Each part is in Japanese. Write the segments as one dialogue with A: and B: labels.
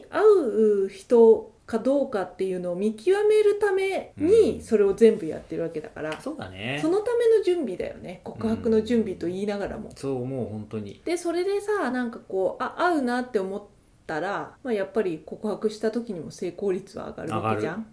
A: いう人かどうかっていうのを見極めるため
B: うん
A: にそれを全部やってるわけだから、
B: そうだね
A: そのための準備だよね告白の準備と言いながらも。
B: そう思う本当に
A: でそれでさなんかこうあ合うなって思ったら、まあ、やっぱり告白した時にも成功率は上がるわけじゃん。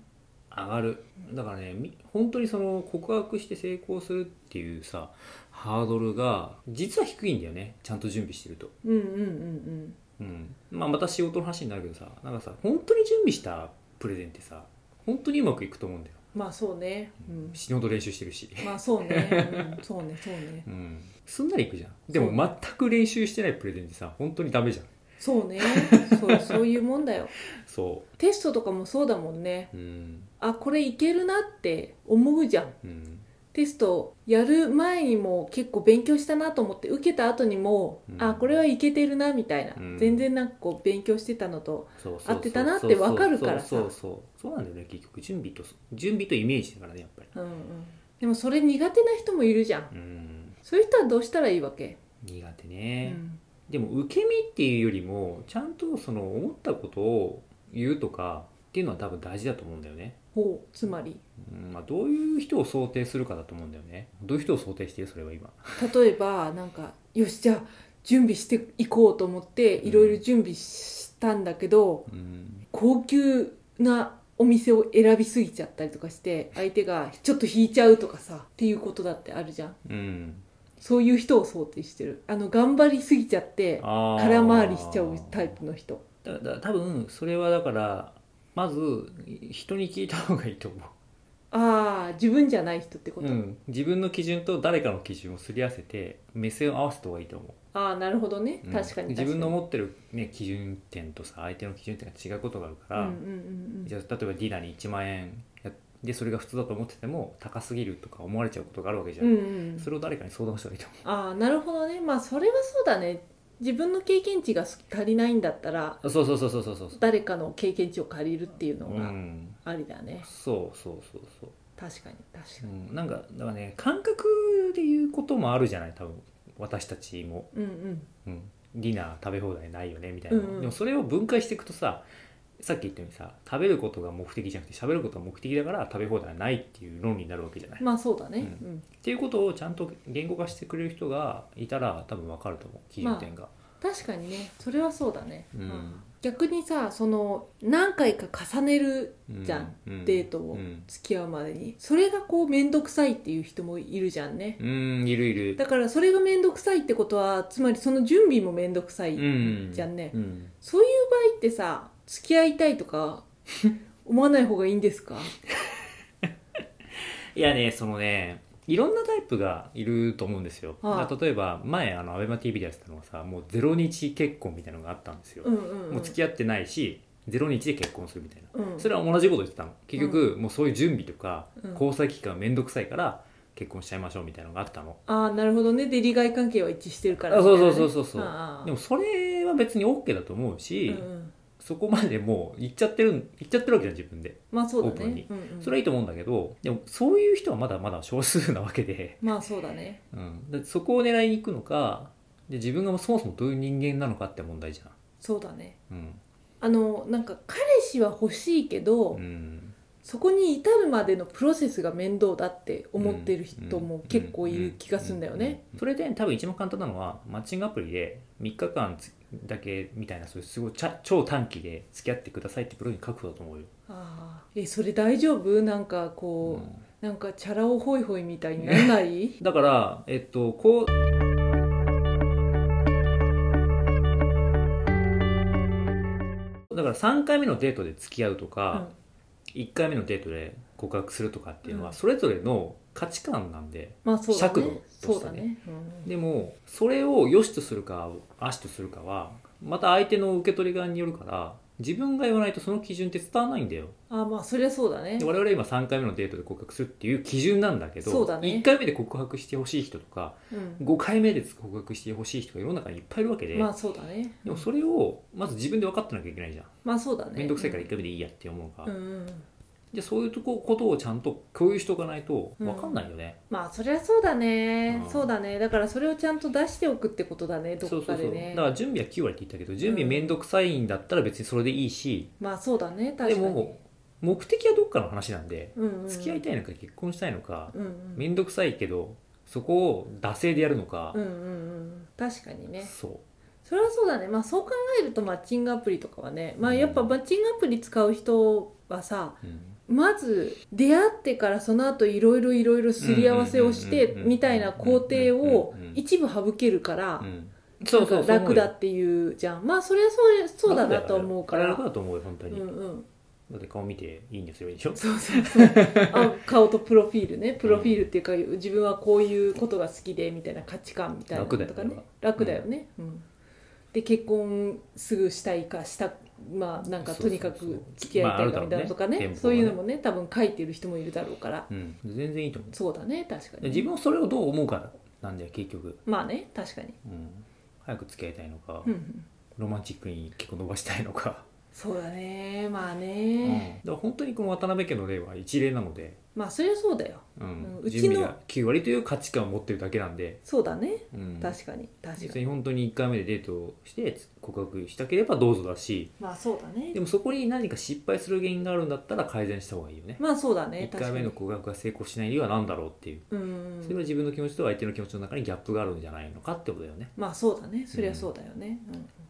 B: 上がるだからねみ本当にその告白して成功するっていうさハードルが実は低いんだよねちゃんと準備してると、
A: うんうんうん
B: うんまあ、また仕事の話になるけどさなんかさ本当に準備したプレゼンってさ本当にうまくいくと思うんだよ、
A: うんまあそうね、うん、
B: 死ぬほど練習してるし、
A: まあそうね、うん、そうねそうね
B: うん、すんなりいくじゃんでも全く練習してないプレゼンってさ本当にダメじゃん
A: そうねそうそういうもんだよ
B: そ
A: テストとかもそうだもんね
B: ううん
A: あこれいけるなって思うじゃん
B: うん
A: テストやる前にも結構勉強したなと思って受けた後にも、
B: うん
A: あこれはいけてるなみたいな、
B: うん
A: 全然なんかこう勉強してたのと
B: そうそうそう
A: 合ってたなってわかるからさ
B: そうそうそうそうなんだよね結局準備と準備とイメージだからねやっぱり
A: うんうんでもそれ苦手な人もいるじゃん
B: うん
A: そういう人はどうしたらいいわけ、
B: 苦手
A: う
B: ね、
A: ん、
B: でも受け身っていうよりもちゃんとその思ったことを言うとかっていうのは多分大事だと思うんだよね、
A: ほうつまり
B: うんまあ、どういう人を想定するかだと思うんだよねどういう人を想定してるそれは今
A: 例えばなんかよしじゃあ準備していこうと思って
B: うん
A: いろいろ準備したんだけど、
B: うん
A: 高級なお店を選びすぎちゃったりとかして相手がちょっと引いちゃうとかさっていうことだってあるじゃん
B: うん
A: そういう人を想定してるあの頑張りすぎちゃって
B: あー
A: 空回りしちゃうタイプの人
B: だだ多分それはだからまず人に聞いた方がいいと思う
A: ああ自分じゃない人ってこと、
B: うん、自分の基準と誰かの基準をすり合わせて目線を合わせた方がいいと思
A: ああなるほどね
B: う、う
A: 確
B: ん
A: かに確かに
B: 自分の持ってる、ね、基準点とさ相手の基準点が違うことがあるから、
A: うんうんうん
B: じゃあ例えばディナーに1万円やでそれが普通だと思ってても高すぎるとか思われちゃうことがあるわけじゃ、
A: うんんうんうん
B: それを誰かに相談した方がいいと思
A: ああなるほどねまあそれはそうだね自分の経験値が足りないんだったら
B: うそうそうそうそうそうそうそう
A: 誰かの経験値を借りるっていうの
B: う
A: が
B: ん
A: ありだね、
B: そうそうそうそう
A: 確かに確
B: う
A: かに
B: ん、なんかだからね感覚で言うこともあるじゃない多分私たちも
A: うんうん
B: うん、ディナー食べ放題ないよねみたいな、
A: うんうん
B: でもそれを分解していくとささっき言ったようにさ食べることが目的じゃなくて喋ることが目的だから食べ放題はないっていう論理になるわけじゃない、っ
A: まあそうだね、
B: う
A: うん
B: ていうことをちゃんと言語化してくれる人がいたら多分分かると思う基準点が、
A: 確かにねそれはそうだね、
B: うん
A: まあ逆にさその何回か重ねる
B: うん
A: じゃあ
B: うん
A: デートを
B: うん、
A: 付き合うまでにそれがこう面倒くさいっていう人もいるじゃんね、
B: うんいるいる
A: だからそれが面倒くさいってことはつまりその準備も面倒くさい
B: うん
A: じゃんね、
B: うん
A: そういう場合ってさ付き合いたいとか 思わない方がいいんですか
B: いやねそのねいろんなタイプがいると思うんですよ、
A: はい
B: だから例えば前あの ABEMATV でやってたのはさもう0日結婚みたいなのがあったんですよ、
A: うんうん、うん、
B: もう付き合ってないし0日で結婚するみたいな
A: うん、
B: それは同じこと言ってたの結局、もうそういう準備とか、
A: うん
B: 交際期間めんどくさいから結婚しちゃいましょうみたいなのがあったの、
A: ああなるほどねで利害関係は一致してるから
B: あそうそう
A: みたいなね
B: そうそうそう
A: ああ
B: でもそれは別に OK だと思うし、
A: うんうん
B: そこまでもう行っちゃってる行っちゃってるわけじゃん自分で
A: まあそうだ
B: オープン
A: ね
B: に、
A: うんうん
B: それはいいと思うんだけどでもそういう人はまだまだ少数なわ けで,、
A: まあそうだね
B: うん、でそこを狙いに行くのかで自分がそもそもどういう人間なのかって問題じ
A: そうだね
B: ゃんうん、
A: あのなんか彼氏は欲しいけど、
B: うん、
A: そこに至るまでのプロセスが面倒だって思ってる人も結構いる気がするんだよね。
B: それで多分一番簡単なのはマッチングアプリで3日間つだけみたいなそういうすごいちゃ超短期で付き合ってくださいってプロに書くことだと思うよ、
A: ああえそれ大丈夫なんかこ
B: うん
A: うなんかチャラ男ホイホイみたいになら ない
B: だからえっとこうだから3回目のデートで付き合うとか、1回目のデートで告白するとかっていうの
A: う
B: は
A: ん
B: それぞれの価値観なんで、
A: まあそうだ
B: 尺度
A: ね。
B: と
A: そう
B: してね
A: だね。うん
B: でもそれを良しとするか悪しとするかはまた相手の受け取り側によるから自分が言わないとその基準って伝わらないんだよ
A: ああまあそりゃそうだね
B: で。我々今3回目のデートで告白するっていう基準なんだけど
A: そうだね
B: 1回目で告白してほしい人とか
A: うん。
B: 5回目で告白してほしい人が世の中にいっぱいいるわけで、
A: まあそうだね。
B: でもそれをまず自分で分かってなきゃいけないじゃん
A: まあそうだね。
B: 面倒くさいから1回目でいいやって思うか、
A: うんうん。
B: でそういうとこことをちゃんと共有しておかないと分かんないよね、
A: まあそりゃそうだね、
B: うん
A: そうだねだからそれをちゃんと出しておくってことだねど
B: そ
A: っ
B: うそ
A: か
B: うそ
A: で
B: う
A: ね
B: だから準備は9割って言ったけど準備めんどくさいんだったら別にそれでいいし、
A: まあそうだね確
B: で
A: かに
B: も目的はどっかの話なんで、
A: うんうん
B: 付き合いたいのか結婚したいのか
A: うんうん
B: めんどくさいけどそこを惰性でやるのか、
A: うんうんうん確かにね
B: そ
A: それはそうだねまあそう考えるとマッチングアプリとかはねまあ
B: うん
A: やっぱマッチングアプリ使う人はさ
B: う、うん
A: まず出会ってからその後いろいろいろいろすり合わせをして
B: うんうんうんうん
A: みたいな工程を
B: うんうんうん
A: 一部省けるから
B: うん
A: な
B: そ
A: ん
B: う
A: か
B: そう
A: 楽だ
B: そう
A: っていうじゃんまあそれはそうそうだなと思うか
B: 楽
A: ら
B: だと思うよ本当
A: うん
B: に、
A: うん
B: だって顔見ていいねすればいいでしょ
A: そうそうそうあ顔とプロフィールねプロフィールっていうか自分はこういうことが好きでみたいな価値観みたいなのとかね
B: 楽だ
A: 楽だ
B: よね
A: よね、うんで結婚すぐしたいかしたまあなんか
B: そ
A: と
B: うそうそう
A: にかく付き合いたいかみたいなのとかね,、
B: まああるだろうね
A: そういうのもね多分書いてる人もいるだろうから
B: うん全然いいと思う
A: そうだね確か
B: で
A: に
B: 自分はそれをどう思うかなんだよ結局、
A: まあね確かに、
B: うん、早く付き合いたいのか、
A: うんうん、
B: ロマンチックに結構伸ばしたいのか、
A: そうだねまあ
B: うんだか
A: ね、
B: ら本当にこの渡辺家の例は一例なので、
A: まあそりゃそうだよ
B: うん
A: うんうちの
B: 準備が9割という価値観を持ってるだけなんで、
A: そうだね
B: うん、
A: 確かに確か
B: 別
A: に
B: に本当に1回目でデートをして告白したければどうぞだし
A: まあそうだね
B: でもそこに何か失敗する原因があるんだったら改善した方がいいよね、
A: まあそうだね
B: 一1
A: 確
B: 回
A: か
B: 目の
A: に
B: 告白が成功しない理由は何だろうっていう、
A: うんうんうん
B: それは自分の気持ちと相手の気持ちの中にギャップがあるんじゃないのかってことだよね
A: まあそうだねそりゃそうだよね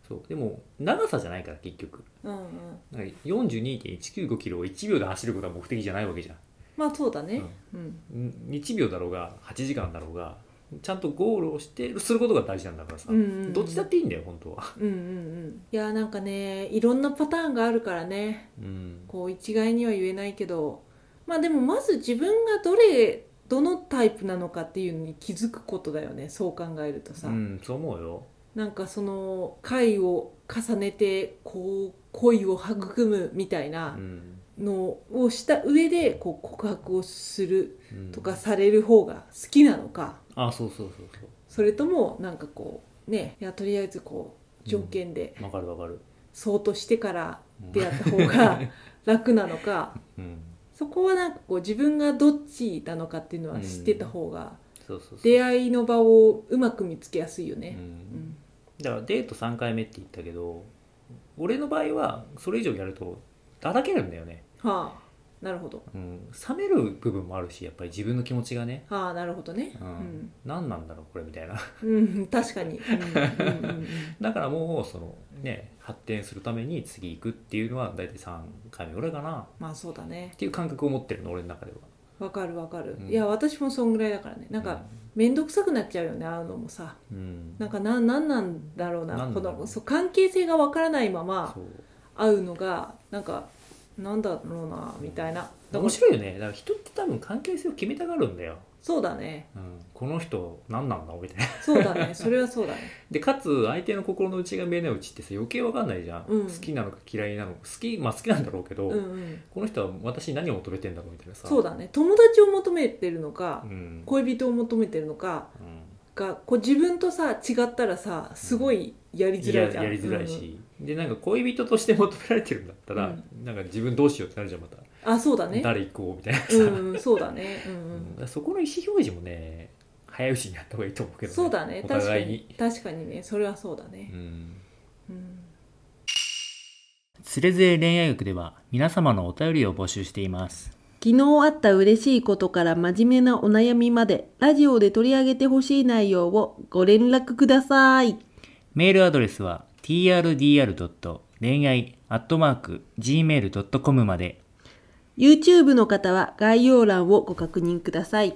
B: そうでも長さじゃないから結局
A: うん、うんうん、
B: なんか42.195キロを1秒で走ることは目的じゃないわけじゃん
A: まあそうだねうん、
B: ん1秒だろうが8時間だろうがちゃんとゴールをしてすることが大事なんだからさ、
A: うんうんうん
B: どっちだっていいんだよ本当は、
A: うんうんうんいやなんかねいろんなパターンがあるからね
B: うん、
A: こう一概には言えないけどまあでもまず自分がどれどのタイプなのかっていうのに気づくことだよねそう考えるとさ、
B: うん、そう思うよ
A: なんかその回を重ねてこう恋を育むみたいな
B: うん
A: のをした上でこう告白をする
B: うん
A: とかされる方が好きなのか、
B: あそうそうそうそ
A: それともなんかこうねいやとりあえずこう条件で
B: うわかるわかる
A: そうとしてから
B: うん
A: 出会った方 が楽なのか
B: うん
A: そこはなんかこう自分がどっちなのかっていうのは知ってた方が
B: そうそうそう
A: 出会いの場をうまく見つけやすいよ
B: う
A: ね。
B: ん、だからデート3回目って言ったけど俺の場合はそれ以上やるとだらけるんだよね、
A: うんはあなるほど。
B: うん、冷める部分もあるしやっぱり自分の気持ちがね、
A: はあなるほどね。
B: う
A: うんん、
B: 何なんだろうこれみたいな
A: うん、確かに。うんうんうんうん
B: だからもうそのね発展するために次行くっていうのは大体3回目ぐらいかな
A: まあそうだね
B: っ。ていう感覚を持ってるの俺の中では
A: わかるわかる
B: う。ん
A: いや私もそんぐらいだからね。なんか面倒くさくなっちゃうよねああいうのもさ。
B: うん、うん
A: なんかなんなんなんだろうな
B: なんな
A: こ
B: んだろう
A: のそう関係性がわからないまま
B: そう
A: 会うのがなんかなんだろうなみたいなだか
B: 面
A: ら
B: 白いよねだから人って多分関係性を決めたがるんだよ、
A: そうだね
B: うん、この人何なんだみたいな
A: そうだ ねそれはそうだね
B: でかつ相手の心の内が見えないうちってさ余計わかんないじゃん、
A: うん
B: 好きなのか嫌いなのか好きまあ好きなんだろうけど、
A: うんうん
B: この人は私に何を求めてんだろうみたいなさ
A: そうだね友達を求めてるのか
B: うん、
A: 恋人を求めてるのか
B: うん
A: がこう自分とさ違ったらさすごいやりづらいじゃん
B: ややりづらい、し、でなんか恋人として求められてるんだったら、なんか自分どうしようってなるじゃんまた、
A: うんあそうだね
B: 誰行こうみたいなさ、
A: うんうんそうだねうん
B: う
A: うん
B: だ
A: ん
B: からそこの意思表示もね早いうちにやった方がいいと思うけど、
A: そうだね
B: お
A: 確か
B: 互い
A: に確かにねそれはそうだね
B: うん
A: うん
B: つれづれ恋愛学では皆様のお便りを募集しています
A: 昨日あった嬉しいことから真面目なお悩みまでラジオで取り上げてほしい内容をご連絡ください
B: メールアドレスは trdr. 恋愛 .gmail.com まで
A: YouTube の方は概要欄をご確認ください